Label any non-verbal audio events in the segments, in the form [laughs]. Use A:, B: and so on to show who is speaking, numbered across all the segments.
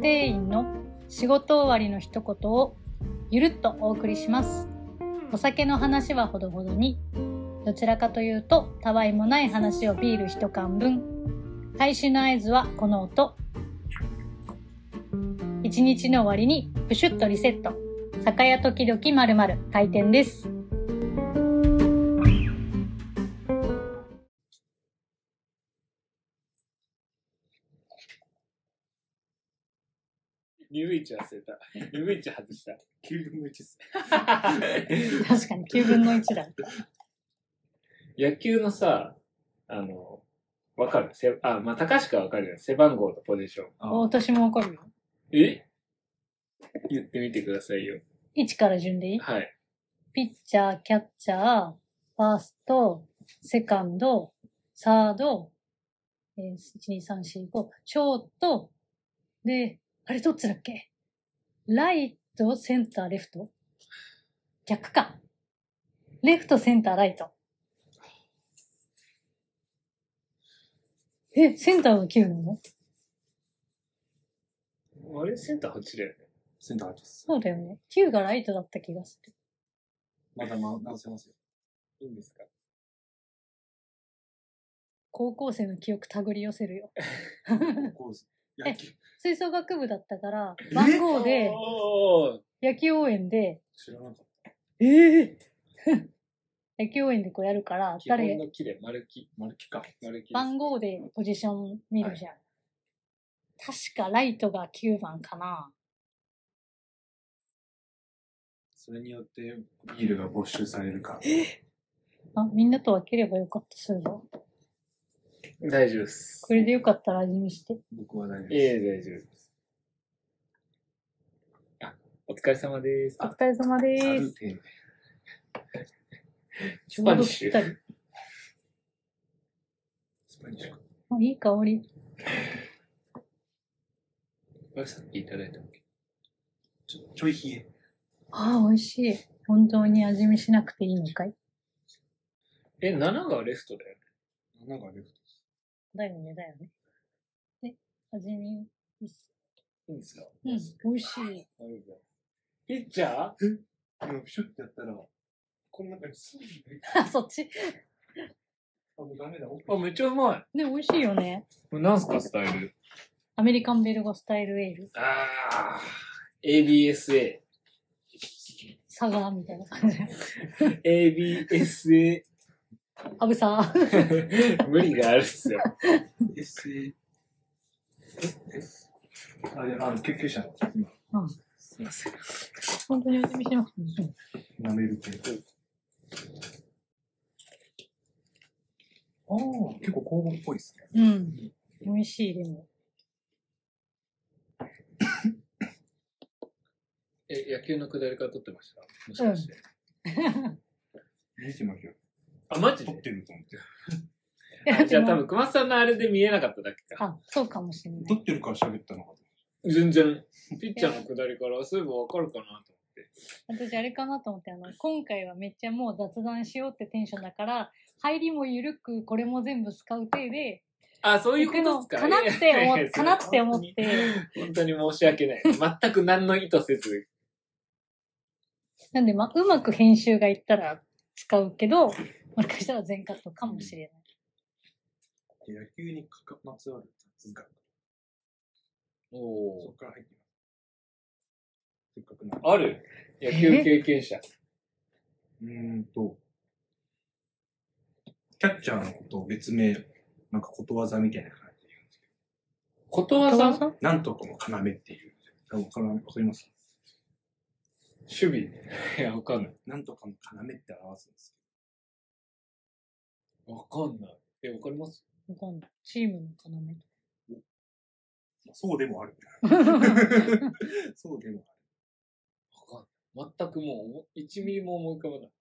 A: 店員の仕事終わりの一言をゆるっとお送りします。お酒の話はほどほどに、どちらかというと、たわいもない話をビール一缶分。配信の合図はこの音。一日の終わりにプシュッとリセット。酒屋時々〇〇開店です。
B: リュウイチ忘れた。リュウイチ外した。9分の1です。
A: 確かに9分の1だ。
B: [laughs] 野球のさ、あの、わかるせあ、まあ、高しかわかるよ。背番号とポジション。
A: お年も起こるよ。
B: え言ってみてくださいよ。
A: 1から順でいい
B: はい。
A: ピッチャー、キャッチャー、ファースト、セカンド、サード、えー、1、2、3、4、5、ショート、で、あれどっちだっけライト、センター、レフト逆か。レフト、センター、ライト。え、センターが9なの
B: あれセンター8だよね。
C: センターです。
A: そうだよね。9がライトだった気がする。
C: まだま直せますよ。
B: いいんですか
A: 高校生の記憶手繰り寄せるよ。
C: こうです野球
A: 吹奏楽部だったから、番号で、
B: おー
A: 野球応援で、
C: 知らなかった。
A: ええ [laughs] 野球応援でこうやるから、
B: 基
A: 誰
B: 本
A: が
B: の木で丸木。
C: 丸木か。
B: 丸木です。
A: 番号でポジション見るじゃん。確かライトが9番かな。
C: それによってビールが没収されるか。
A: あ、みんなと分ければよかった、そういえば
B: 大丈夫です。
A: これでよかったら味見して。
C: 僕は大
B: い
C: 丈夫で。
B: え、大丈夫です。あ、お疲れ様です。
A: お疲れ様です
C: あ
A: ー
C: る
A: す。ちょ
C: 程度
A: うどぴったり。
C: スパニッシュか。
A: あいい香り。
B: これさっきいただいたっけ
C: ちょちょい冷え。
A: ああ、美味しい。本当に味見しなくていいのかい
B: え、7がレフトだよね。
C: なんかあれ
A: だよね、だよね。え、味見いいっす。
B: いいんですか
A: うん、美味しい。 [laughs]
B: なるほどピッチャー
C: 今ピシュッてやったら、こんな感じ。すぐ出てきた
A: あ、そっち。
C: あ、もうダメだ。おっ
B: あ、めっちゃうまい。
A: ね、美味しいよね。
B: これなんすか、スタイル。
A: アメリカンベルゴスタイルエール。
B: あー、ABSA。
A: サガーみたいな感じ。
B: ABSA。
A: アブサー。
B: [laughs] 無理があるっすよ。
C: ぱ SA。あ、で、あの、救急車の、今、
B: すいません。
A: 本当に味見しなくていい。
C: 舐める系。ああ、結構工房っぽいですね。
A: うん。美味しい、でも。
B: え、野球の下りから撮ってましたもしかして。
C: 見てますよ。
B: あ、マジ
C: 撮っ
B: で
C: てると思って。
B: あじゃあ多分、熊さんのあれで見えなかっただけか。
A: あ、そうかもしれな
C: 撮
A: い。
C: ってるから喋ったのかと。
B: 全然。ピッチャーの下りから、そういえばわかるかなと思って。
A: 私、あれかなと思って、あの、今回はめっちゃもう雑談しようってテンションだから、入りも緩く、これも全部使う体で、
B: あ、そういう
A: 行
B: こ
A: く
B: と
A: の
B: っすか
A: かなって思って、かなって思っ。
B: い
A: て
B: やいやいや、本当に本当に申し訳ない。全く何の意図せず。
A: なんで、まあ、うまく編集がいったら使うけど、もしかしたら全カットかもしれない。
C: 野球にかかまつわる雑学。そ
B: お
C: こから入ってます。せっかくな
B: ある野球経験者。
C: うーんと、キャッチャーのことを別名、なんかことわざみたいな感じで言うんですけ
B: ことわざ
A: さん
C: ど、なんとかの要っていう。多分これわかります
B: 守備。いや、わかんない。
C: なんとかの要って表すんです
B: わかんない。え、わかります
A: わかんないチームの要。
C: けど、そうでもあ [laughs] る。そうでもあ
B: わかんない。全くもう、1ミリも思い浮かばない。
C: る。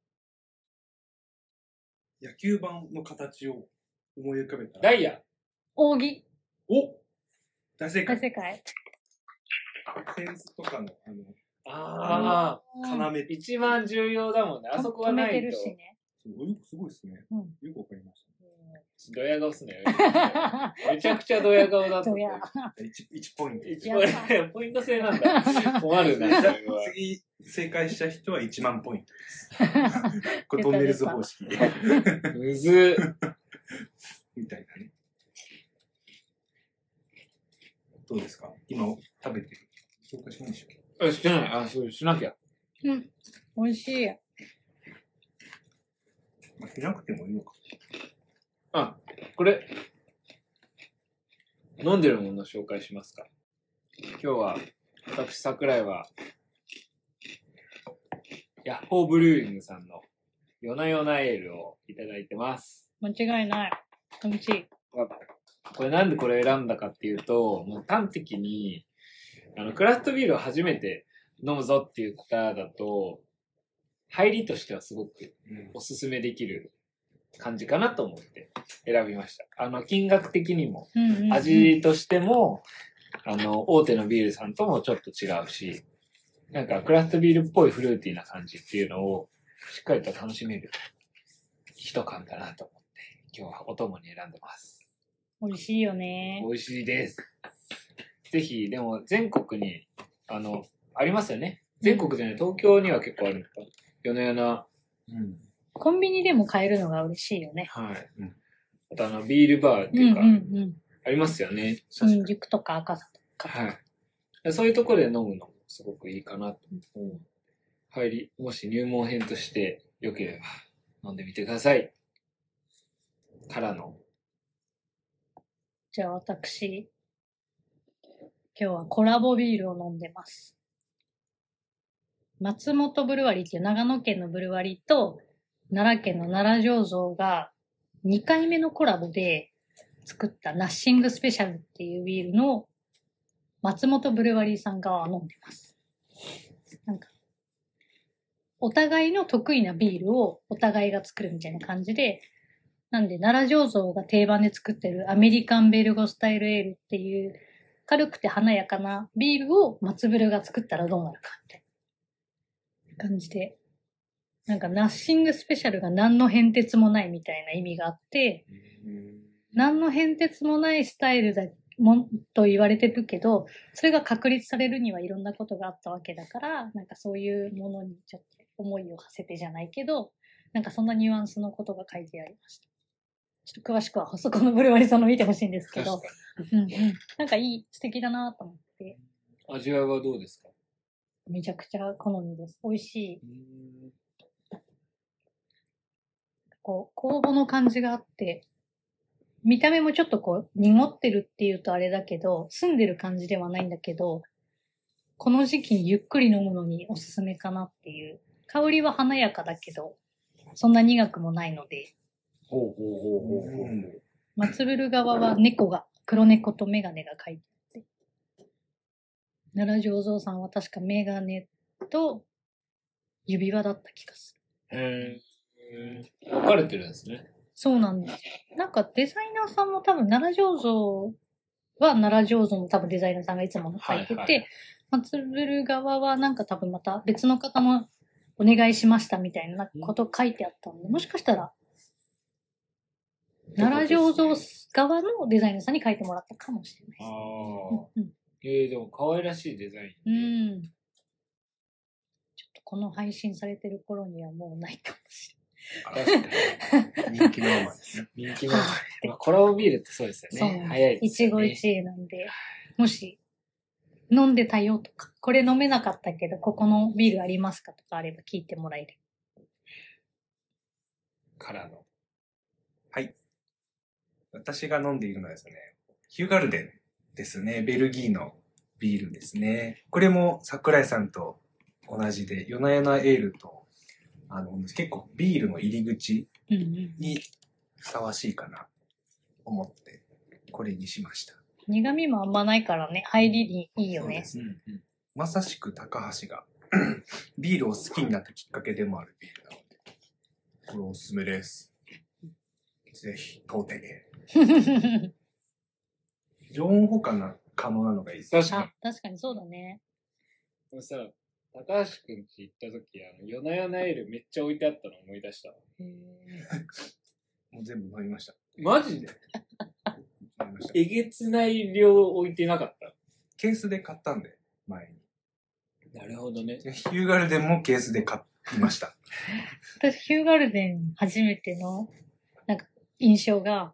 C: 野球盤の形を思い浮かべたら、
B: ダイヤ
A: 扇。
B: お
C: 大正
A: 大
C: 解。
A: 世界。
C: センスとかの、あの、
B: ああ、
C: 要っていう。
B: 一番重要だもんね。あそこがな
A: 止め
B: い
A: てる
B: と。
A: しね。
C: そうよくすごいですね。
A: うん
C: よくわかりまし
A: う
C: た。
A: ん
B: ドヤ顔すんのよ。 [laughs] めちゃくちゃドヤ顔だった
A: ド。ヤ。
C: 1, 1ポイント。
B: 一応ね [laughs] ポイント制なんだ。困るな、それは。
C: 次、正解した人は1万ポイント [laughs] です。これトンネルズ方式
B: むず [laughs] っ。
C: みたいなね。どうですか今食べてる。紹介しないでしょ
B: あ、してない。あ、そう、しなきゃ。
A: [laughs] 美味しい。
C: まあ、しなくてもいいのか。
B: あ、これ。飲んでるもの紹介しますか。今日は、私、桜井は、ヤッホーブルーイングさんの夜な夜なエールをいただいてます。
A: 間違いない。美味しい。
B: これなんでこれ選んだかっていうと、もう端的に、あの、クラフトビールを初めて飲むぞっていう方だと、入りとしてはすごくおすすめできる感じかなと思って選びました。あの、金額的にも、
A: うんうんうん、
B: 味としても、あの、大手のビールさんともちょっと違うし、なんかクラフトビールっぽいフルーティーな感じっていうのをしっかりと楽しめる一缶だなと思って、今日はお供に選んでます。
A: 美味しいよね。
B: 美味しいです。ぜひ、でも全国に、あの、ありますよね。全国じゃない、東京には結構あるのか。夜な夜な。
C: うん。
A: コンビニでも買えるのが嬉しいよね。
B: はい
C: うん。
B: あとあの、ビールバーって
A: うん
B: いううんか、
A: うん。
B: ありますよね。
A: 新宿とか赤坂とか。
B: はい。そういうところで飲むのもすごくいいかなと。入り、もし入門編として良ければ飲んでみてください。からの。
A: じゃあ私、今日はコラボビールを飲んでます。松本ブルワリーっていう長野県のブルワリーと奈良県の奈良醸造が2回目のコラボで作ったナッシングスペシャルっていうビールの松本ブルワリーさんが飲んでます。なんか、お互いの得意なビールをお互いが作るみたいな感じで、なんで、奈良醸造が定番で作ってるアメリカンベルゴスタイルエールっていう、軽くて華やかなビールを松ブルが作ったらどうなるかって感じで。なんか、ナッシングスペシャルが何の変哲もないみたいな意味があって、何の変哲もないスタイルだもんと言われてるけど、それが確立されるにはいろんなことがあったわけだから、なんかそういうものにちょっと思いを馳せてじゃないけど、なんかそんなニュアンスのことが書いてありました。ちょっと詳しくは、そこのブルワリさんの見てほしいんですけ
B: 確か
A: ど、うんうん、なんかいい、素敵だなと思って、
B: に。味わいはどうですか
A: めちゃくちゃ好みです。美味しい。こう、酵母の感じがあって、見た目もちょっとこう、濁ってるっていうとあれだけど、澄んでる感じではないんだけど、この時期にゆっくり飲むのにおすすめかなっていう。香りは華やかだけど、そんな苦くもないので、
B: ほうほうほうほうほう。
C: うん
A: 松ブル側は猫が、黒猫とメガネが書いてあって。奈良醸造さんは確かメガネと指輪だった気がする。
B: へー分かれてるんですね。
A: そうなんですよ。なんかデザイナーさんも多分、奈良醸造は奈良醸造の多分デザイナーさんがいつも書いてて、
B: はいはい
A: 松鶴側はなんか多分また別の方のお願いしましたみたいなこと書いてあったんで、もしかしたら、奈良醸造側のデザイナーさんに書いてもらったかもしれないで
B: あ
A: す。
B: あ。
A: うんうん
B: えー、でも可愛らしいデザイ
A: う
B: ン。
A: ん。ちょっとこの配信されてる頃にはもうないかもし
B: 確かに。
C: 人気のままですね。
B: [laughs] 人気の、まあ、コラボビールってそうですよ
A: そうなんで
B: ね。
A: す
B: 早い
A: れない。
B: で
A: 一
B: すよ
A: 期
B: ね。
A: 一会なんで、もし飲んでたよとか、これ飲めなかったけど、ここのビールありますかとかあれば聞いてもらえる。
B: からの。
C: 私が飲んでいるのはですね、ヒューガルデンですね。ベルギーのビールですね。これも桜井さんと同じで、夜な夜なエールと、あの、結構ビールの入り口
A: うんうん。
C: にふさわしいかな、思って、これにしました。
A: 苦味もあんまないからね、入りにいいよ
C: そうで
A: ね。
C: すね。まさしく高橋が [clears throat] ビールを好きになったきっかけでもあるビールなので、これおすすめです。ぜひ、当店へ。常温保管が可能なのがいいです。
B: 確かに
A: あ、 [laughs] 確かにそうだね。。
B: これさ、高橋くんち行った時、あの、夜な夜なエールめっちゃ置いてあったの思い出したわ。
A: へー
C: もう全部飲みました。
B: マジで
C: ありました。
B: えげつない量置いてなかっ
C: ケースで買ったんで、前に。
B: た。なるほどね。
C: でヒューガルデンもケースで買いました。
A: 私、ヒューガルデン初めての、なんか、印象が、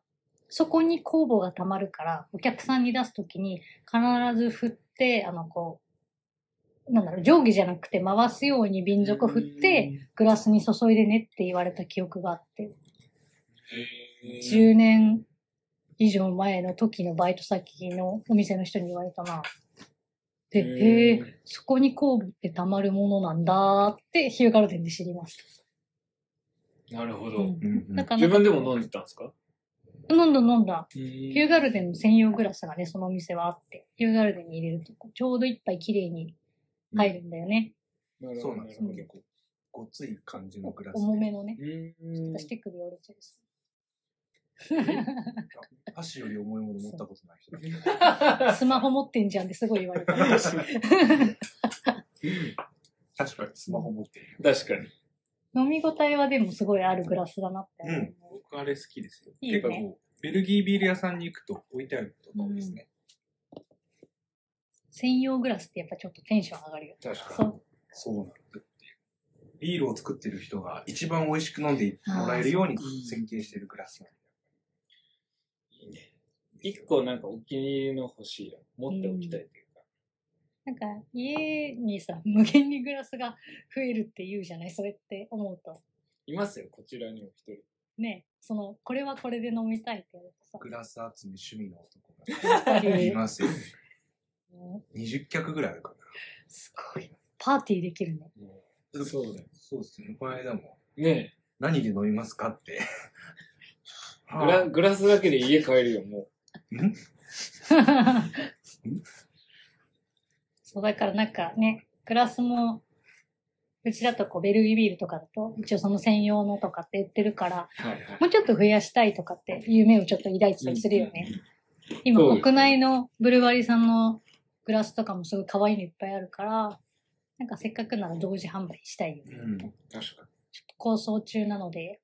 A: そこに酵母が溜まるから、お客さんに出すときに、必ず振って、あの、こう、なんだろう、定規じゃなくて回すように瓶底振って、グラスに注いでねって言われた記憶があって、
B: うん、へー
A: 10年以上前の時のバイト先のお店の人に言われたな。で、
B: うん
A: へえ、そこに酵母って溜まるものなんだって、ヒューガルデンで知りました。
B: なるほ
A: う
B: ど。
A: ん
C: うんうん
A: だから
B: 自分でも飲んでたんですか
A: 飲んだ飲んだ。ヒ
B: ヒ
A: ューガルデンの専用グラスがね、そのお店はあって、ヒューガルデンに入れると、ちょうど一杯綺麗に入るんだよね。
B: ン
C: そうなんですよ。
A: うん
C: 結構、ごっつい感じのグラスで。
A: 重めのね。
B: うん。
A: 私手首折れちゃいそ
C: 箸より重いもの持ったことない人。
A: う。 [laughs] スマホ持ってんじゃんってすごい言われた。
C: 確かに、スマホ持ってる。
B: [laughs] 確かに。
A: 飲み応えはでもすごいあるグラスだなって思うね。
C: 僕あれ好きですよ。
A: いいね
C: 結構、ベルギービール屋さんに行くと置いてあることが多いですね。
A: 専用グラスってやっぱちょっとテンション上がるよ。
B: 確
A: そ
B: か
A: う。
C: そうなんだっていう。ビールを作ってる人が一番美味しく飲んでもらえるように
B: あーそう
C: 設計してるグラスなんで。
B: に。いいね。一個なんかお気に入りの欲しいな。持っておきたいというか。
A: なんか家にさ、無限にグラスが増えるって言うじゃないそれって思うと。
B: いますよ、こちらにも一人。
A: ね、その、これはこれで飲みたいって言われてさ
C: グラス集め趣味の男
A: やっぱ
C: がい
A: り。
C: ますよ。
A: うん
C: 20脚ぐらいあるかな。
A: すごい。パーティーできるね。
B: そうだよ。
C: そうですね。この間も、
B: ね
C: 何で飲みますかって。
B: [laughs] えグラグラスだけで家帰るよ、も
A: そう、だからなんかね、グラスも、うちだとこうベルギービールとかだと、一応その専用のとかって言ってるから、
B: う。はいはい。
A: もうちょっと増やしたいとかって夢をちょっと抱いてたりするよね。今
B: そうですね
A: 国内のブルワリーさんのグラスとかもすごい可愛いのいっぱいあるから、なんかせっかくなら同時販売したいよ
C: う
A: ね。
B: 確
C: ん。
B: か
A: ちょっと構想中なので、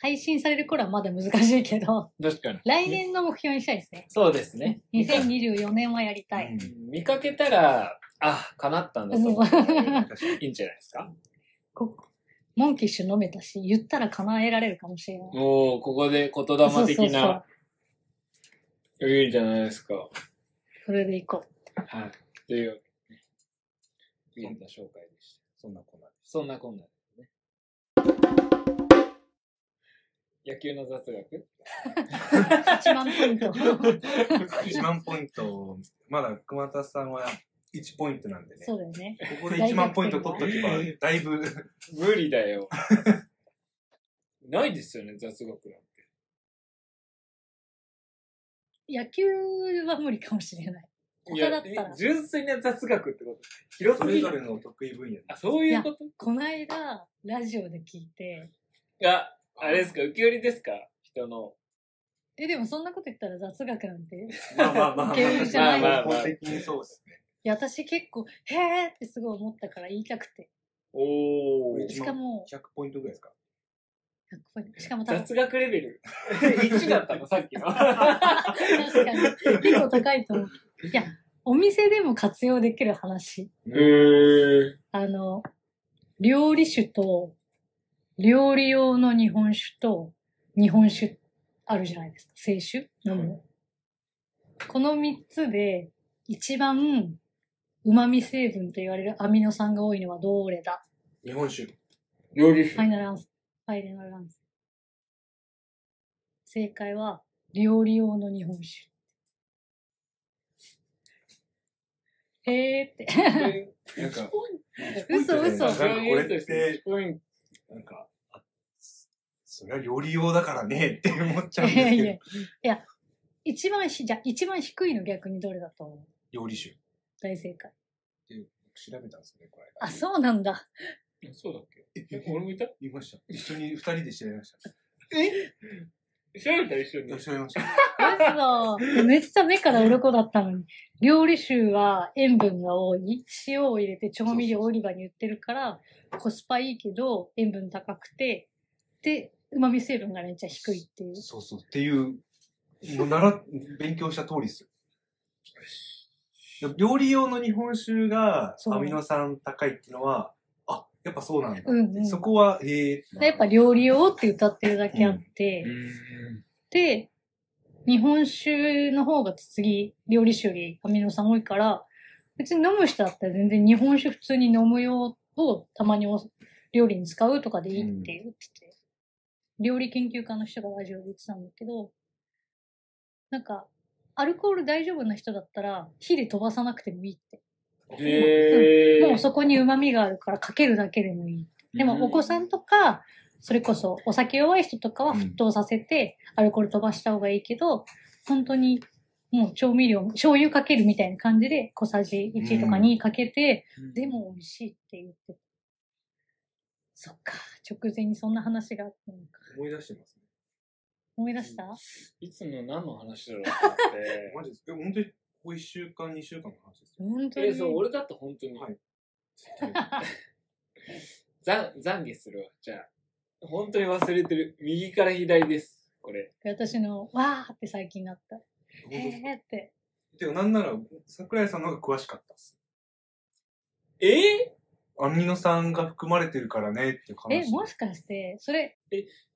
A: 配信される頃はまだ難しいけど、
B: [laughs] に。確かに。
A: 来年の目標にしたいですね。
B: そうですね。
A: 2024年はやりたい。
C: うん
B: 見かけたら、あ、叶ったんだと思
A: [laughs]
B: う。
C: 確かに
B: いいんじゃないですか
A: こモンキッシュ飲めたし、言ったら叶えられるかもしれない。
B: もう、ここで言
A: そ
B: 霊
A: うそう
B: 的
A: そう
B: な。。いいじゃないですか。
A: それで行こ
B: はい。というわけでね、ビールの紹介でした。
C: そんなこんなで
B: そんなこんなですね。野球の雑学
A: う。1万ポイン
B: [laughs]
A: ト。
C: 1万ポイント、まだ熊田さんは1ポイントなんでね。
A: そ
C: こ
A: うだよね。
C: こで1万ポイント取っとけば、だいぶ、
B: 無理だよ。 [laughs] ないですよね、雑学なんて。
A: 野球は無理かもしれない。他
B: いや
A: だったら
B: え純粋な雑学ってこと広
C: そ
B: すぎ
C: れ
B: る
C: ぞれの得意分野で。
B: あ、そういうこと
A: こないだ、ラジオで聞いて、
B: あ、あれですか浮き売りですか人の。
A: え、でもそんなこと言ったら雑学なんて。い
C: まあまあまあまあ、
A: いけるじゃない
C: まあまあまあ基本的にそうですね。
A: や、私結構、へーってすごい思ったから言いたくて。
B: お
C: ー
A: しかも、
C: 100ポイントぐらいですか
A: 100ポイントしかも多分、
B: 雑学レベ [laughs] ル。1だったの、さっ [laughs] きの。あ
A: 確かに、結構高いと思う。いや、お店でも活用できる話。
B: ー。
A: あの、料理酒と、料理用の日本酒と、日本酒あるじゃないですか。清酒飲む。この三つで、一番、旨味成分と言われるアミノ酸が多いのはどれだ
C: 日本酒。
B: 料理
A: ファイナルアンス。ファイナルアンス。正解は、料理用の日本酒。へーって。
C: [laughs] なんか、
A: 嘘嘘。
C: なんかこれって、
B: ポイン
C: なんか、あそれは料理用だからねって思っちゃうん
A: いや
C: で
A: [laughs] い
C: す
A: や
C: けど
A: い、や、一番し、じゃあ一番低いの逆にどれだと思う
C: 料理酒。
A: 大正解。
C: 調べたんですよね、これ。
A: あ、そうなんだ。
B: トそうだっけ
C: え
B: え俺もいた
C: 言いました。一緒に二人で調べました。
B: 調べた一緒に。
C: 調べました。
A: 嘘。めっちゃ目から鱗だったのに。料理酒は塩分が多い。塩を入れて調味料を売り場に売ってるから、コスパいいけど塩分高くて、で、旨味成分がめっちゃ低いっていう。
C: [laughs] そうそう。っていう、もう習っ、勉強した通りですよ。 [laughs] 料理用の日本酒が
A: そう
C: アミノ酸高いっていうのは、あ、やっぱそうなんだ。
A: うんうん。
C: そこは、えー、
A: やっぱ料理用って歌ってるだけあって、で、日本酒の方が次、料理酒よりアミノ酸多いから、別に飲む人だったら全然日本酒普通に飲む用をたまにお料理に使うとかでいいって言ってて、料理研究家の人がラジオで言ってたんだけど、なんか、アルコール大丈夫な人だったら火で飛ばさなくてもいいって。
B: へ
A: もうそこに旨味があるからかけるだけでもいい。でもお子さんとか、それこそお酒弱い人とかは沸騰させてアルコール飛ばした方がいいけど、本当にもう調味料、醤油かけるみたいな感じで小さじ1とか2かけて、
B: うん
A: でも美味しいって言ってた。そっか、直前にそんな話があったのか。
C: 思い出してますね。
A: 思い出した
B: いつの何の話だろう [laughs] と思って。
C: マジです。え、本当に、ここ1週間、2週間の話です [laughs] よ。
A: 本当
B: え
A: に。
B: ー、そう、俺だって本当に。
C: はい
B: ざん懺悔するわ。じゃあ。本当に忘れてる。右から左です。これ。
A: 私の、わーって最近なった。へ
C: 本当です
A: ーって。
C: てか、なんなら、桜井さんの方が詳しかったっす。
B: えー
C: アミノ酸が含まれてるからね、っていう話。
A: え、もしかして、それ、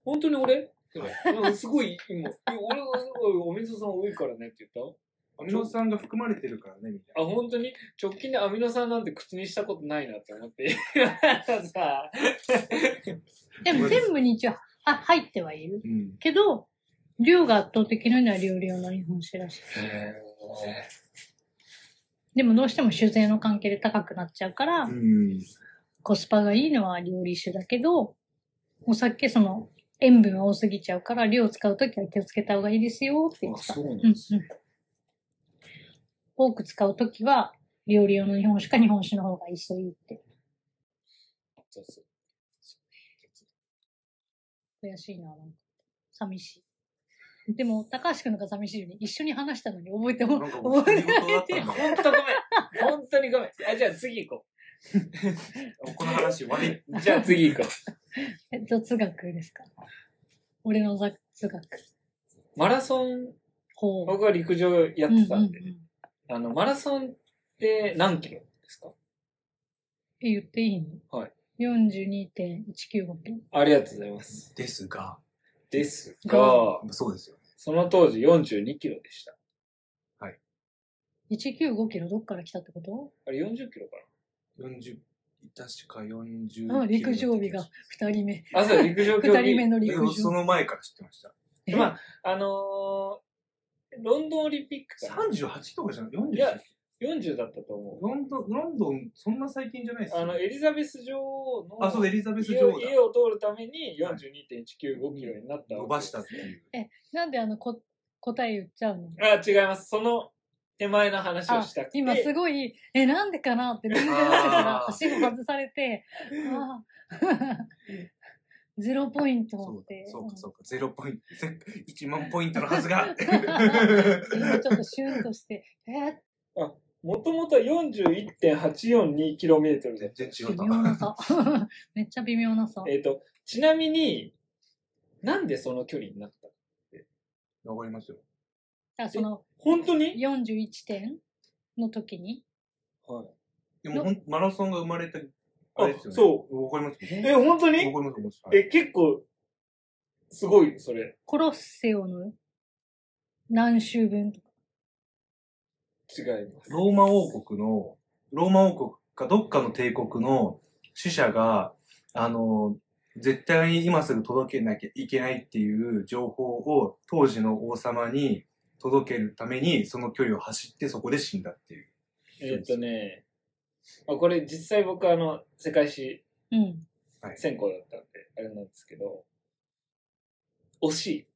B: 本当に俺うんすごい、今。え俺はすごい、お水さん多いからねって言っ
C: アミノ酸が含まれてるからね、みたい
B: たあ、本当に直近でアミノ酸なんて口にしたことないなって思って。 [laughs] さあ
A: でも全部に一応、あ、入ってはいる。
C: な。うん。
A: けど、量が圧倒的なのは料理用の日本酒らしい。でもどうしても酒税の関係で高くなっちゃうから、
C: うん。
A: コスパがいいのは料理酒だけど、お酒その塩分が多すぎちゃうから、量使うときは気をつけた方がいいですよって言ってた。
B: うなん
A: うんうん。多く使うときは、料理用の日本酒か日本酒の方が一緒いいって。
B: そうそう
A: 悔しいな、なんか。寂しい。でも、高橋くんのが寂しいよね。一緒に話したのに覚えても、
C: なんか
A: 覚えて
C: 僕、仕事だったんだ。
B: 本当ごめん。本当にごめん。あ、じゃあ次行こ
C: この話悪い。
B: う。じゃあ次行こ
A: え、雑学ですか俺の雑学。
B: う。マラソン、
A: ほう。
B: 僕は陸上や
A: う
B: っ
A: んう
B: て
A: ん
B: た
A: うんん
B: で。あの、マラソンって何キロですか
A: え、言っていいの
B: はい。
A: 42.195キロ。
B: ありがとうございます。
C: ですが、
B: です
A: が
B: が、
C: そうですよね。
B: その当時42キロでした。
A: 195キロどっから来たってこと
B: あれ40キロか
C: 40、確か40キロ
A: あ、陸上日が2人目。
B: なあ、そう、陸上競
A: 2人目
B: 技。
A: の
C: え
A: 陸
C: そ
A: 上。
C: の前から知ってました。
A: え
B: まあ、あのー、ロンドンオリンピックかな
C: 38とかじゃない ?40?
B: いや40だったと思う。
C: ロンドン、ロンドン、そんな最近じゃないですよ
B: あの、エリザベス女王の
C: あ、そうだ、エリザベス
B: 家
C: 女王
B: を
C: だ。
B: 家を通るために42.195キロになったわけ
C: 伸ばしたっていう。
A: なんであのこ、答え言っちゃうの
B: あ、違います。その手前の話を
A: あ
B: したく、て。
A: 今すごい、え、なんでかなって全然なってたら、
C: あー
A: 足も外されて、ああ、ゼロポイント
C: そう
A: っ
C: か
A: て。、
C: そうか、そうか、ゼロポイント、せっ1万ポイントのはずが。
A: 今ちょっとシュンとして、えー、
B: もともとは 41.842km だ
C: 全
B: った。
C: 然違
A: 微
C: う
A: 妙な
C: た。
A: 差。 [laughs] めっちゃ微妙な差。
B: えっ、と、ちなみに、なんでその距離になった
C: わかりますよ。
A: だからその
B: 本当に
A: 41点の時に、
B: はい。
C: でも、ほんマラソンが生まれた、あれですよ
B: あ
C: ね。。
B: そう
C: わかります
B: え、本当に
C: わかります、わかり
B: え、結構、すごいよ、それ。
A: コロッセオの何周分とか。
B: 違います。
C: ローマ王国の、ローマ王国かどっかの帝国の死者が、あの、絶対に今すぐ届けなきゃいけないっていう情報を当時の王様に届けるためにその距離を走ってそこで死んだっていう。
B: えっ、とね、あこれ実際僕あの、世界史
A: うん。
B: 専攻だったんで、あれなんですけど、惜しい。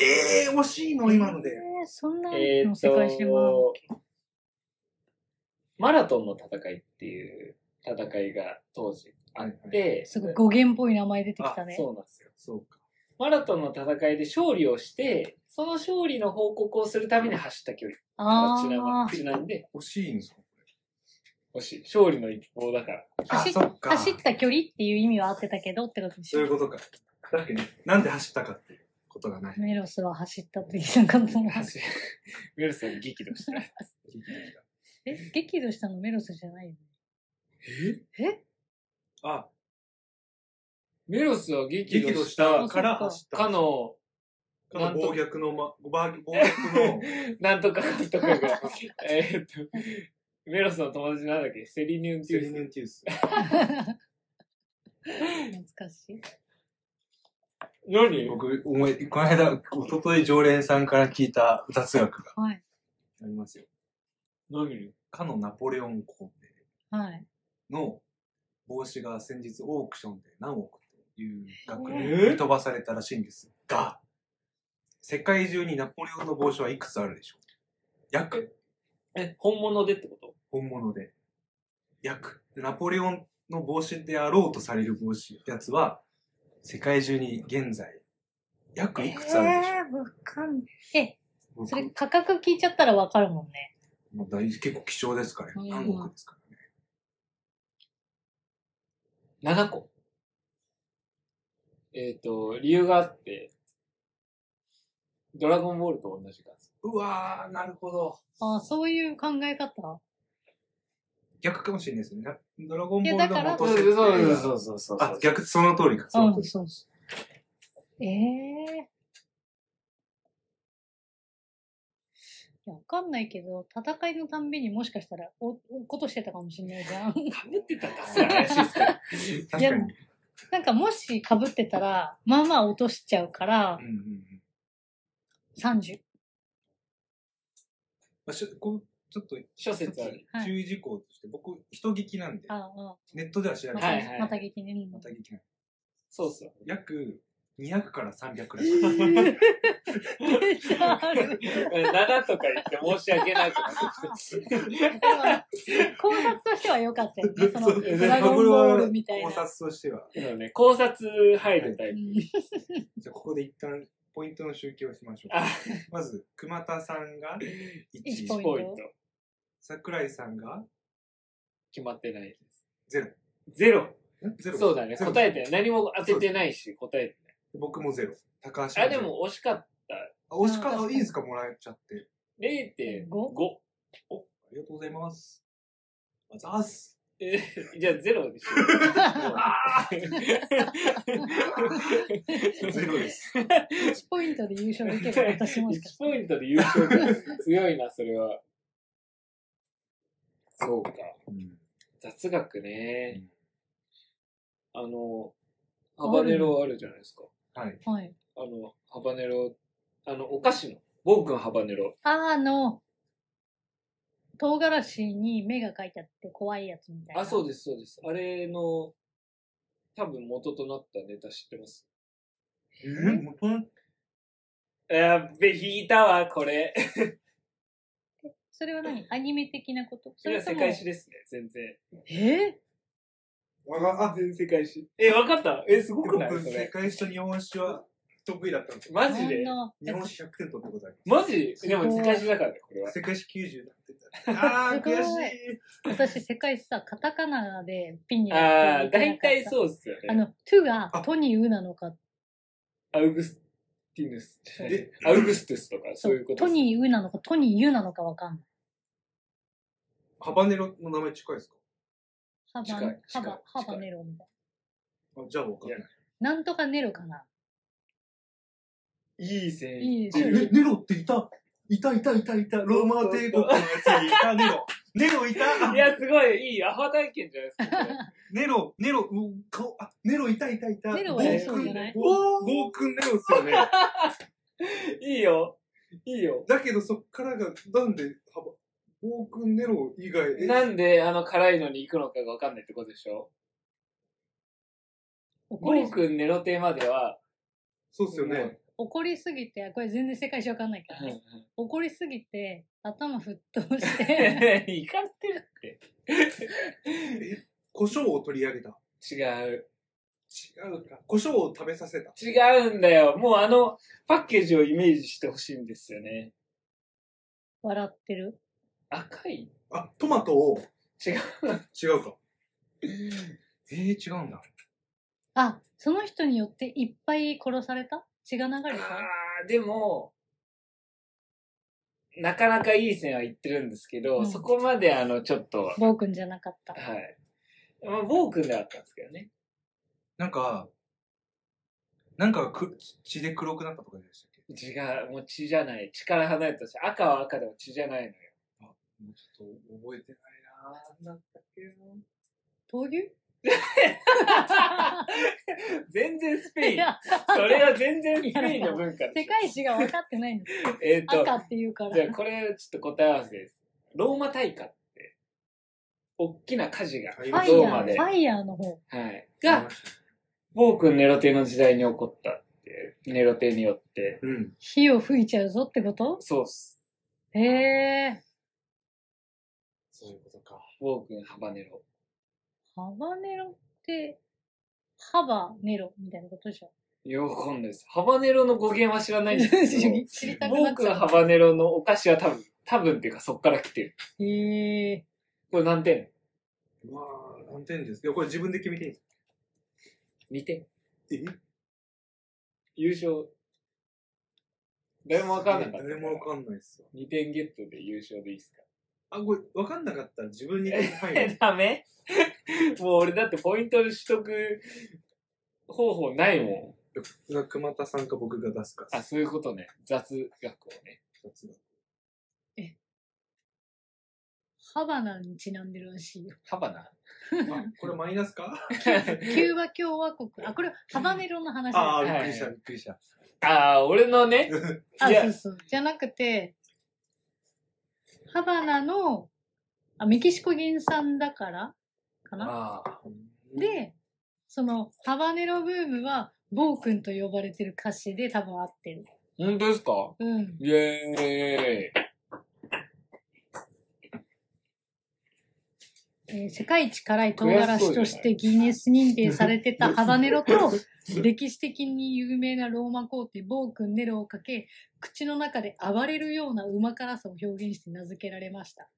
C: ええー、惜しいの今ので。
A: えー、そんな
B: え
A: の
B: っ
A: 世界史は。
B: と、マラトンの戦いっていう戦いが当時あって、
A: すごい語源っぽい名前出てきたね。
B: そうなんですよ。
C: そうか。
B: マラトンの戦いで勝利をして、その勝利の報告をするために走った距離
A: あ
B: ちなま
A: あ。
B: ちなんで、
C: 惜しいんですか
B: 欲しい。勝利の一方だから。
C: あ、
A: 走っ
C: そっか。
A: 走った距離っていう意味は合ってたけどってことでし
C: そういう
A: ょ。
C: ことか。確かに、なんで走ったかっていうことがない。
A: メロスは走ったと言いなかったな。
B: 走ウェルスが激怒した。
A: え、激怒したのメロスじゃないよね。
B: え
A: え
C: あ、
B: メロスは激
C: 激
B: 怒
C: 怒
B: し
C: したたから走った。
B: か、の、
C: かの暴虐の、ま、 [laughs] 暴暴虐の、
B: なんとかなんとか [laughs] が、えーっと、メロスの友達なんだっけセリニュンって
C: セ
B: い
C: リ
B: う。
C: ニュンティウス。
A: 懐かしい。
B: 何
C: 僕、思い、この間、一昨日常連さんから聞いた雑学が
A: はい。
C: ありますよ。
B: 何
C: かのナポレオン皇帝
A: はい。
C: の帽子が先日オークションで何億という額
B: え
C: で
B: ー
C: 売り飛ばされたらしいんですが、世界中にナポレオンの帽子はいくつあるでしょう約、
B: え、本物でってこと
C: 本物で。約。でナポレオンの帽子であろうとされる帽子、やつは、世界中に現在、約いくつあるでしょう、
A: えー、わかんえ、
C: 僕
A: それ価格聞いちゃったらわかるもんね。
C: もう大結構貴重ですからね。
A: うん
C: 何億ですからね。
B: ?7 個。えーっ、と、理由があって、ドラゴンボールと同じ感じ。
C: うわー、なるほど。
A: あそういう考え方
C: 逆かもしれないですね。ドラゴン
A: い
C: ボ
A: や
C: ール
A: だから
C: の
B: そ
C: 元
B: う
C: 設定が
B: そうそうそうそう。
C: あ、逆、その通りか。そ
A: う
C: の通
A: ん、
C: り。
A: そうそう。ええー。いやわかんないけど、戦いのたんびにもしかしたら、お、おことしてたかもしれないじゃん。 [laughs]
B: かぶってたらすら怪しいっすけど。
C: 確かに。うん
A: なんかもし被ってたら、まあまあ落としちゃうから
C: う、んうん
A: 30。
C: まあしょこうちょっと、
B: 諸説ある。
A: はい
C: 注意事項として、僕、人聞きなんで、
A: ああ、
C: ネットでは調
A: ああ
C: べ
A: また、
C: て、
B: はいはい
A: また激ね。
C: ま
A: [laughs]
C: た聞きなんで
B: そうっすよ。
C: 約200から300くらい。
A: めっちゃある。
B: 7とか言って申し訳なく [laughs] なってきて。
A: でも考察としては良かったよね。その、
C: [laughs] そう
A: ドラゴンボールみたいな。
C: 考察としては。
B: そうね、考察入るタイ
A: う
B: プ。
A: ん
C: じゃあ、ここで一旦、ポイントの集計をしましょ
B: あ、
C: う。まず、熊田さんが
A: 一
B: 1
A: ポイン
C: 1、
A: ト
B: ポイント。
C: 桜井さんが
B: 決まってないで
C: 0。ん
B: す。ゼロ。
C: ゼロ
B: そうだね。
C: ゼロ
B: 答えてない。何も当ててないし、答えて
C: 僕もゼロ。高橋
B: ない。あ、
C: もゼ
B: で
C: ロ。
B: も惜しかった。
C: あ、惜しか
A: あ
C: った。いいですかもらえちゃって。
B: 0.5。
A: 五
C: ありがとうございます。あざーす。
B: えーじゃあゼロでしょ。
C: [laughs] ゼロです。
A: 1ポイントで優勝できる私もしか
B: 1
A: して。
B: [laughs] ポイントで優勝か。強いな、それは。そうか。雑学ね。あの、ハバネロあるじゃないですか。
C: はい。
A: はい。
B: あの、ハバネロ、あの、お菓子の、暴君ハバネロ。
A: あの、唐辛子に目が描いてあって怖いやつみたいな。
B: あ、そうです、そうです。あれの、多分元となったネタ知ってます。
C: えー、もうこの
B: やっべ、引いたわ、これ。
A: それは何アニメ的なこと
B: [laughs] そ
A: そ
B: れ
A: れ
B: は
A: と
B: 世
A: も、
B: 界史ですね、全然。
A: え
C: あ、あ、
B: 全然世界史。え、わかったえ、すごくない
C: 僕、
B: そ
C: 世
B: れ。
C: 界史と日本史は得意だった
B: [laughs]
C: んですよ。
B: マ
A: そ
B: ジ
A: ん
B: で
A: な
C: 日本史100点取ったことあり
B: マジ
A: すごい
B: でも世界史だからね、これ
C: ま
B: は
C: す。。世界史90だって言ったら。
B: [laughs]
C: あー、
A: すごい
C: 悔し
A: 私、世界史さ、カタカナでピンに
B: ああ、
A: だ
B: 大体
A: う。
B: そうっすよ
A: あ
B: ね。
A: の、トゥが
C: あ
A: トにウなのか、
B: アウグスティヌス。
C: で
B: アウグストゥスとか、そういうこと
A: ト
B: っす。
A: にウなのか、トにユなのかわかんない。
C: い。ハバネロの名前近いですか
A: ハバ、
B: 近い
A: ハ
B: 近い
A: バ、ハバネロみたい
C: あ、じゃあ分かんない
B: い。
A: な。なんとかネロかな。
B: いい線
A: いい
B: っ
A: 線
B: て
A: や
B: る
C: えネロっていたいたいたいたいた。ローマ帝国のやつにいた、ネロ。ネロい
B: [laughs]
C: た
B: いや、すごい、いい、アハ体験じゃないですかこれ。
C: ネロ、ネロ、うん顔、あ、ネロいたいたいた。
A: ネロ
B: は
C: ゴーくん
A: そうじゃない
C: ゴーゴーくんネロっす
A: [laughs]
C: よね。
B: [laughs] いいよ。いいよ。
C: だけどそっからが、なんで、幅、ゴーくんネロ以外、え
B: なんであの辛いのに行くのかがわかんないってことでしょ
A: 怒
B: ゴ
A: り
B: ー、くんネロテまでは、
C: そうっすよね。
A: 怒りすぎて、これ全然世界史わかんないからね。怒りすぎて、頭沸騰して、
B: [laughs] いかってるって。
C: 胡椒を取り上げた。
B: 違う。
C: 違うか。胡椒を食べさせた。
B: 違うんだよ。もうあの、パッケージをイメージしてほしいんですよね。
A: 笑ってる。
B: 赤い
C: あ、トマトを。
B: 違う。
C: [laughs] 違うか。えー、違うんだ。
A: あ、その人によっていっぱい殺された血が流れた
B: あーでも、なかなかいい線は行ってるんですけど、
A: うん
B: そこまであの、ちょっと、は
A: 暴君じゃなかった。
B: い。まあ、暴君ではあったんですけどね。
C: なんか、なんかく血で黒くなったとかでしたっけ
B: 血が、もう血じゃない。血から離れたし、赤は赤でも血じゃないのよ。
C: もうちょっと覚えてないなぁ。なんだったっけな
B: [laughs]
A: 闘牛
B: 全然スペイ
A: い
B: ン。
A: や、
B: それは全然スペインの文化で
A: 世
B: し
A: 界史が分かってないんです。
B: ょ。 [laughs] えっと、
A: 赤っていうから。
B: じゃあこれちょっと答え合わせです。ローマ大火って、大きな火事が、
C: フ
A: ファ
C: ァ
A: イ
B: ロー
A: ヤ
B: マ
A: ー、
B: で
A: フ、ァイヤーの方。
B: はい、が、暴君ネロ帝の時代に起こったって、ネロ帝によって。
C: うん。
A: 火を吹いちゃうぞってこと
B: そうっす。
A: へえ。
C: そういうことか。
B: 暴君ハバネロ。
A: ハバネロって、ハバネロみたいなことでしょ。
B: よくわかんないです。ハバネロの語源は知らないんです
A: [laughs]
B: け
A: 知りた
B: ど、
A: くな
B: 暴
A: っち
B: 君
A: ゃ
B: ハ
A: う。
B: バネロのお菓子は多分、多分っていうかそっから来てる。
A: へえ。
B: これ何点
C: うわぁ、何点ですいや、これ自分で決めていいんですか
B: ?2 点。
C: え
B: 優勝。誰もわかんなかった。
C: 誰もわかんないっすわ。
B: 2点ゲットで優勝でいいですか
C: あ、これ、わかんなかったら自分に入
B: え、
C: る。
B: [laughs] ダメもう俺だってポイント取得方法ないも
C: が熊田さんか僕が出すか。
B: ん。あ、そういうことね。雑学をね。
C: 二つだ
A: ハバナにちなんでるらしいよ。
B: ハバナ
C: あこれマイナ [laughs] スか
A: キューバ共和国。あ、これ、ハバネロの話
C: ああ、
A: だ。
C: びっくりした、びっくりした。
B: ああ、俺のね。
A: [laughs] あ、
B: いや
A: そうそう。じゃなくて、ハバナの、あ、メキシコ原産だからかな
B: ああ。
A: で、その、ハバネロブームは、暴君と呼ばれてる歌詞で多分合ってる。
B: 本当ですか
A: うん。
B: イエーイ。
A: えー世界一辛い唐辛子としてギネス認定されてたハバネ [laughs] ロと、歴史的に有名なローマ皇帝暴君ネロをかけ、口の中で暴れるような旨辛さを表現して名付けられました。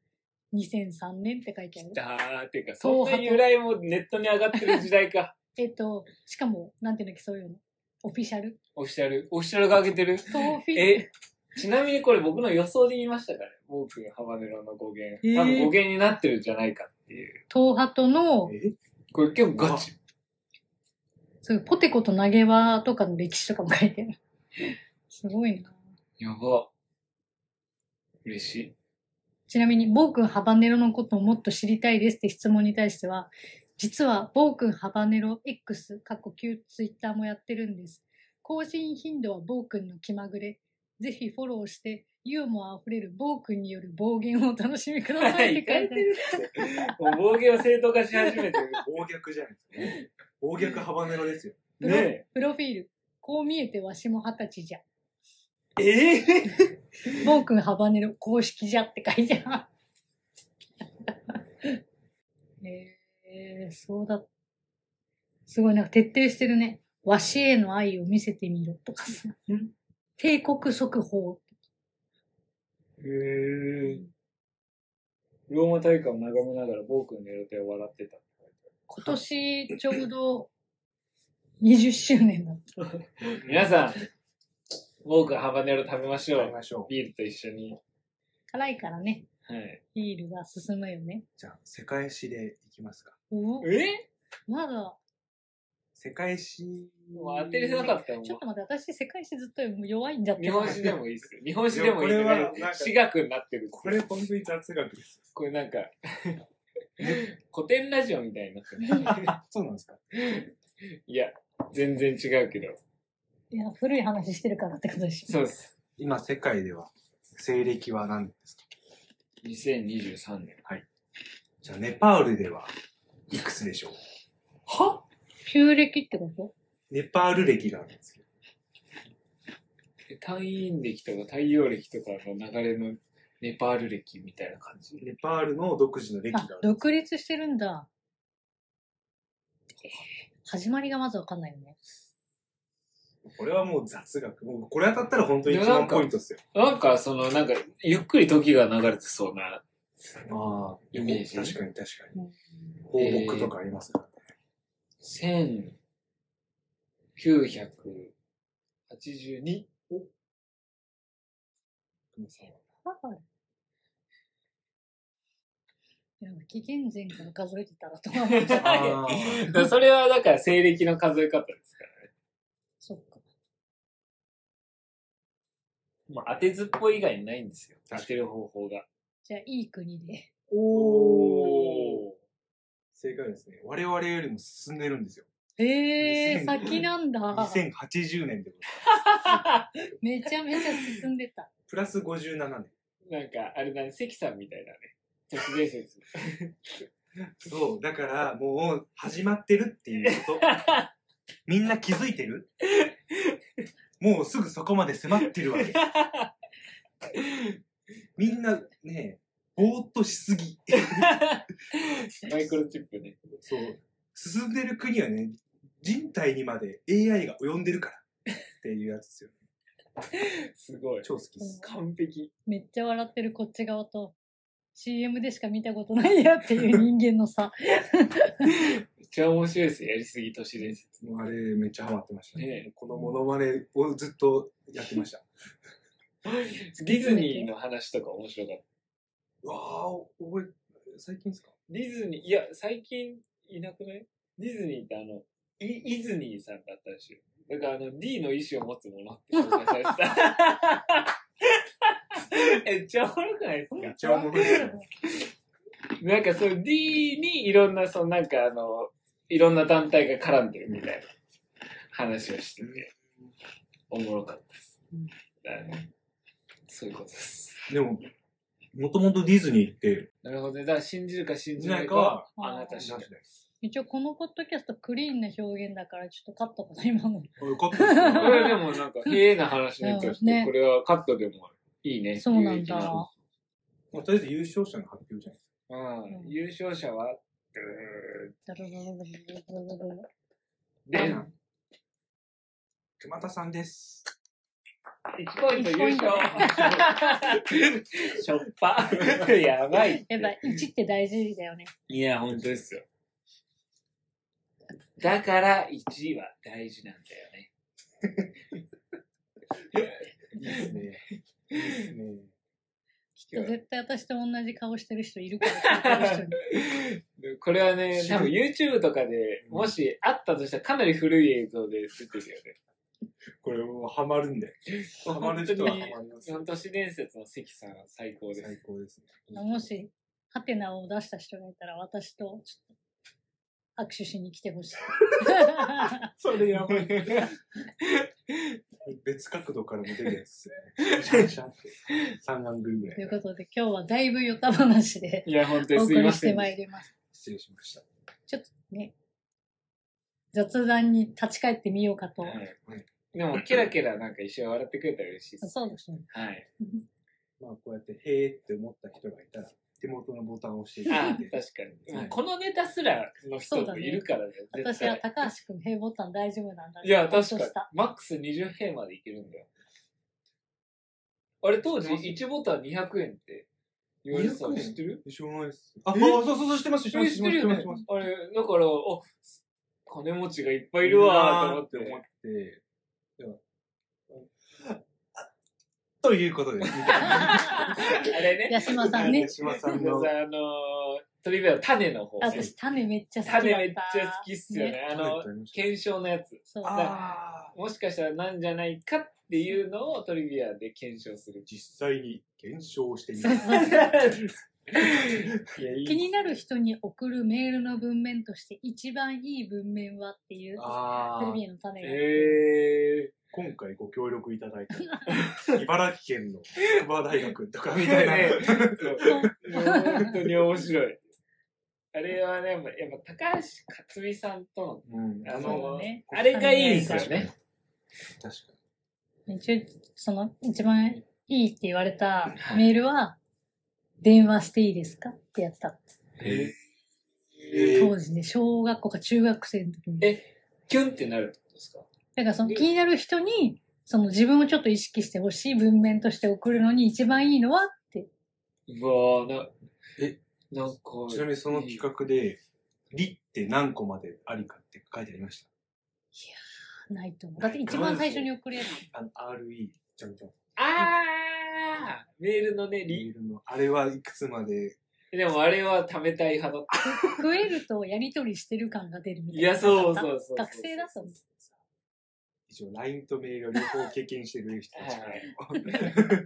A: 2003年って書いてある。
B: ああ、っていうか、そんな由来もネットに上がってる時
A: [laughs]
B: 代か。
A: えっと、しかも、なんていうんだっけ、そういうの。オフィシャル。
B: オフィシャル。オフィシャルが上げ
A: [laughs]
B: てる。
A: トーフィ
B: [laughs] え、ちなみにこれ僕の予想で言いましたからね。ボークハバネロの語源。
A: えー
B: 多分語源になってるんじゃないかっていう。
A: トーハトの、
C: え
B: これ結構ガチ。
A: そういうポテコと投げ輪とかの歴史とかも書いてある。 [laughs] すごいな。
B: やば。嬉しい。
A: ちなみに、暴君ハバネロのことをもっと知りたいですって質問に対しては、実は暴君ハバネロ X、過去旧ツイッターもやってるんです。更新頻度は暴君の気まぐれ。ぜひフォローして、ユーモア溢れる暴君による暴言をお楽しみくださいって書いてある。
B: もう暴言を正当化し始めてる。
C: 暴虐じゃないですか。暴虐ハバネロですよ。
B: ね
A: プロフィール。こう見えてわしも二十歳じゃ。
B: え。え
A: 暴君ハバネロ公式じゃって書いてある。えー、そうだ。すごい、なんか徹底してるね。わしへの愛を見せてみろとかさ。帝国速報。
B: へえ。ローマ大会を眺めながら暴君の予定を笑ってた。
A: 今年ちょうど20周年だった。
B: 皆さん、暴君ハバネロ食べましょ
C: やり
B: う。
C: ましょう。
B: ビールと一緒に。
A: 辛いからね、
B: はい。
A: ビールが進むよね。
C: じゃあ、世界史でいきますか。
A: お
B: え
A: まだ、
C: 世界史
B: もう当てれなかったもん
A: ちょっと待って、私世界史ずっと弱いんだって。
B: 日本史でもいいっすよ。日本史でもいい
C: いやこれはなん
B: ね
C: か。
B: 私学になってる。
C: これ本当に雑学です。
B: これなんか、古典ラジオみたいになってる。
C: そうなんですか
B: いや、全然違うけど。
A: いや、古い話してるからってことでしょ。
B: そうです。
C: 今、世界では、西暦は何ですか
B: 2023年。
C: じゃあ、ネパールでは、いくつでしょう
B: は
A: 旧暦ってこと
C: ネパール歴があるんですけど。
B: 単位歴とか太陽暦とかの流れのネパール歴みたいな感じ。
C: ネパールの独自の歴があ
A: あ
C: る、
A: 独立してるんだ。始まりがまずわかんないよね。
C: これはもう雑学。もうこれ当たったら本当に1
B: いやな
C: 万
B: んか
C: ポイントですよ。
B: なんか、その、なんか、ゆっくり時が流れてそうな。
C: ああ、
B: イメージ
C: 確かに確かに。
A: うん
C: 放牧とかありますからね。
B: 千、 982。お
A: だから。なんか紀元前から数えてたらとは思っちゃう。
C: あ
B: だからそれはだから西暦の数え方ですからね。
A: そっか。
B: まあ、当てずっぽい以外にないんですよ。当てる方法が。
A: じゃあ、いい国で。
C: おー。正解はですね。我々よりも進んでるんですよ。
A: ええー、
C: 2000
A: 先なんだ。
C: 2080年でございます。
A: めちゃめちゃ進んでた。
C: プラス57年。
B: なんか、あれだね、関さんみたいだね。都市伝説。
C: そう、だからもう始まってるっていう [laughs] こと。みんな気づいてるもうすぐそこまで迫ってるわけ。みんなね、ぼーっとしすぎ。
B: マイクロチップね。
C: そう。進んでる国はね、人体にまで AI が及んでるから。っていうやつですよ。
B: すごい。
C: 超好きです。
B: 完璧。
A: めっちゃ笑ってるこっち側と、CM でしか見たことないやっていう人間の差。
B: めっちゃ面白いですよ。やりすぎ都市伝説。
C: もうあれめっちゃハマってましたね。
B: ね
C: このモノマネをずっとやってました。
B: ディズニーの話とか面白かった。
C: うわあ、覚え、最近ですか
B: ディズニー、いや、最近いなくないディズニーってあの、イイズニーさんだったでしょ。だからあの、D の意思を持つものって紹介されてた。 [laughs] え、めっちゃおもろくないですか
C: めっちゃおもろいですよ。
B: なんかその D にいろんな、そのなんかあの、いろんな団体が絡んでるみたいな話をしてて、おもろかったです。だからねそういうことです。
C: でも、もともとディズニーって、
B: なるほどね。だから信じるか信じないかは、
C: は
B: あなた
C: なし
B: 次第。
C: です。
A: 一応、このポッドキャストクリーンな表現だから、ちょっとカットかな、今の。
C: よかった [laughs] ですよ
B: これでもなんか、へえな話にとし
A: うん
B: て、
A: ね
B: これはカットでもいいね。
A: そうなんだ
B: 有益
C: まあとりあえず優勝者の発表じゃないです
B: うん。優勝者は、
A: ダラダラダラダラダラダラ
B: で
C: か。ん。熊田さんです。
B: 1ポイント
A: 1
B: 優
A: ポイント
B: 勝。しょっぱ。やばいって。
A: やっぱ、1って大事だよね。
B: いや、本当ですよ。だから、1位は大事なんだよね。
C: いいですね。いいですね。
A: きっと絶対私と同じ顔してる人いるから、この
B: [laughs]
A: 人に
B: これ
A: [laughs]
B: はね、多分 YouTube とかで、
C: うん
B: もしあったとしたらかなり古い映像で出てるよね。
C: これもうハマるんで。ハマる人はハマります
B: そ。の都市伝説の関さんは最高です。
C: 最高ですね。
A: もし、ハテナを出した人がいたら、私と、ちょっと、握手しに来てほ
B: [laughs]
A: しい。
B: それやばい。
C: 別角度からも出るやつですね。シャンシャンって。3番組ぐら
A: とい
C: いうか
A: こ
C: ら。
A: とで、今日はだいぶヨタ話で
B: いや、本当
A: お
B: にす
A: 送
B: いま
A: りし
B: せ
A: て
B: ん。
A: まいります。
C: 失礼しました。
A: ちょっとね、雑談に立ち返ってみようかと。
B: はいでも、ケラケラなんか一緒に笑ってくれたら嬉しいです。
A: そうですね。
B: はい。
C: まあ、こうやって、へーって思った人がいたら、手元のボタンを押していただ
B: あ
A: [laughs]
C: いて。
B: 確かに。
C: はい
B: このネタすらの人もいるからね。絶
A: 私
B: 対
A: は高橋くん、平ボタン大丈夫なんだ
B: いや、確
A: ほ
B: か
A: っ
B: に
A: とした。
B: マックス20平までいけるんだよ。あれ、当時1ボタン200円って言われてたの
C: 200円
B: 知ってる
C: しょうがないです。あ、あ
B: え
C: そうそうそう、してます、してま
B: え知
C: す、し
B: って
C: ま
B: て
C: す、
B: る
C: し
B: よ
C: てま
B: ねあ
C: す。してます。
B: れ、だから、あ、金持ちがいっぱいいるわーと
C: いる
B: 思
C: な
B: っ
C: ー
B: て。
C: って思って。あということです。
B: [laughs] あれね。
A: 八島さんね。
C: 島さ
B: あ
C: んの
B: の、。トリビアの種の方ね。
A: 私、種めっちゃ好きだった。
B: 種めっちゃ好きっすよね。あの、検証のやつ。
A: そう。
C: あー
B: もしかしたらなんじゃないかっていうのをトリビアで検証する。
C: 実際に検証してみ
A: そう
C: ます。
A: そうそう
B: [laughs] いやいい
A: 気になる人に送るメールの文面として一番いい文面はっていう
C: あ
A: テレ
C: ー
A: ビの種が、
B: え
C: 今回ご協力いただい
B: [laughs]
C: た、茨城県の筑波大学とか
B: ー、
C: みたいな。
B: 本当に面白い。あれはね、やっぱ高橋克実さんと
C: うん
B: の、あ
C: あ
A: そう
B: の、
A: だね
B: あれがいいんですよね。
C: 確か
A: 一応その一番いいって言われたメールは、電話していいですかってやつだった。
C: に。えー
A: 当時ね、小学校か中学生の時に。
B: えキュンってなるってことですか
A: だからその気になる人に、その自分をちょっと意識してほしい文面として送るのに一番いいのはって。
B: うわぁ、な、
C: え、
B: なんか、
C: ちなみにその企画で、理って何個までありかって書いてありました。
A: ないと思う。だって一番最初に送るやつ。
C: あの、RE、ちゃんと。
B: あーメールのね、リ
C: リールの、あれはいくつまで、
B: でもあれは貯めたい派だった。
A: 食えるとやりとりしてる感が出るみたい
B: い
A: な。
B: や、そうそうそうそう。
A: 学生だと思う。
C: 一応 LINE とメールを両方経験してる人たちからの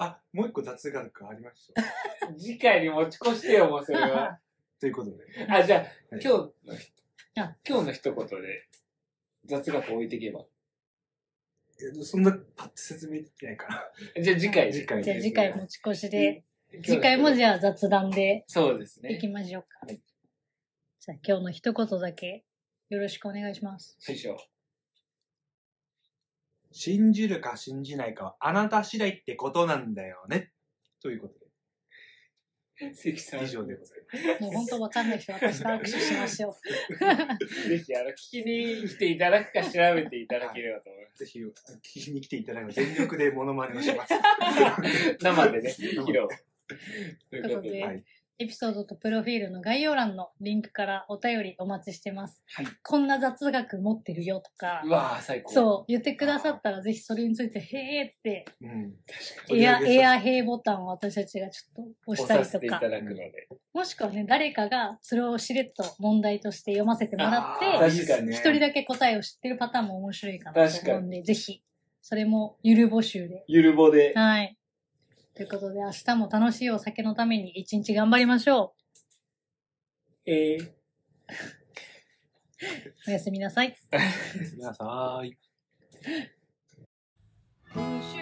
C: あ、もう一個雑学ありました。
B: 次回に持ち越してよ、もうそれは。
C: ということで。
B: あ、じゃあ、今
C: はい
B: 日のひ、
A: あ
B: 今日の一言で雑学置いていけば。
C: えっとそんなパッと説明できないから。
B: じゃあ次回、
C: 次回
A: じゃあ次回持ち越しで、
B: 今日の
A: 次回もじゃあ雑談で
B: そうです
A: い
B: ね
A: き。ましょうか
B: はい。
A: じゃあ今日の一言だけよろしくお願いします。
B: 師匠。
C: 信じるか信じないかはあなた次第ってことなんだよね。ということ
B: 関さん。
C: で、以上でございます。
A: もう本当わかんない人は私と握手しま
B: [laughs]
A: しょう。
B: ぜひ、あの、聞きに来ていただくか調べていただければと思います。
C: ぜひ、聞きに来ていただけば全力でモノマネをします。
B: 生でね、披露。ということ
A: という
B: で
A: こ。
C: [laughs] はい。
A: エピソードとプロフィールの概要欄のリンクからお便りお待ちしてます。
B: はい
A: こんな雑学持ってるよとか
B: う、わぁ、最高。
A: そう、言ってくださったらぜひそれについて、へーって、
C: うん。
A: エア、エ
C: ア。
A: アへーボタンを私たちがちょっと押した
B: 押
A: り
B: させて
A: と
B: いた
A: か、
B: だくので。
A: もしくはね、誰かがそれをしれっと問題として読ませてもら
B: あ
A: って、
B: ー確かに
A: 一人
C: だ
A: だけ答えを知ってるパターンも面白いかなと思うんで、ぜひ、それもゆる募集で。
B: ゆるぼで。
A: はい。ということで、明日も楽しいお酒のために一日頑張りましょ
B: えー
A: う。おやすみなさい。
C: け。皆さん。
D: 不朽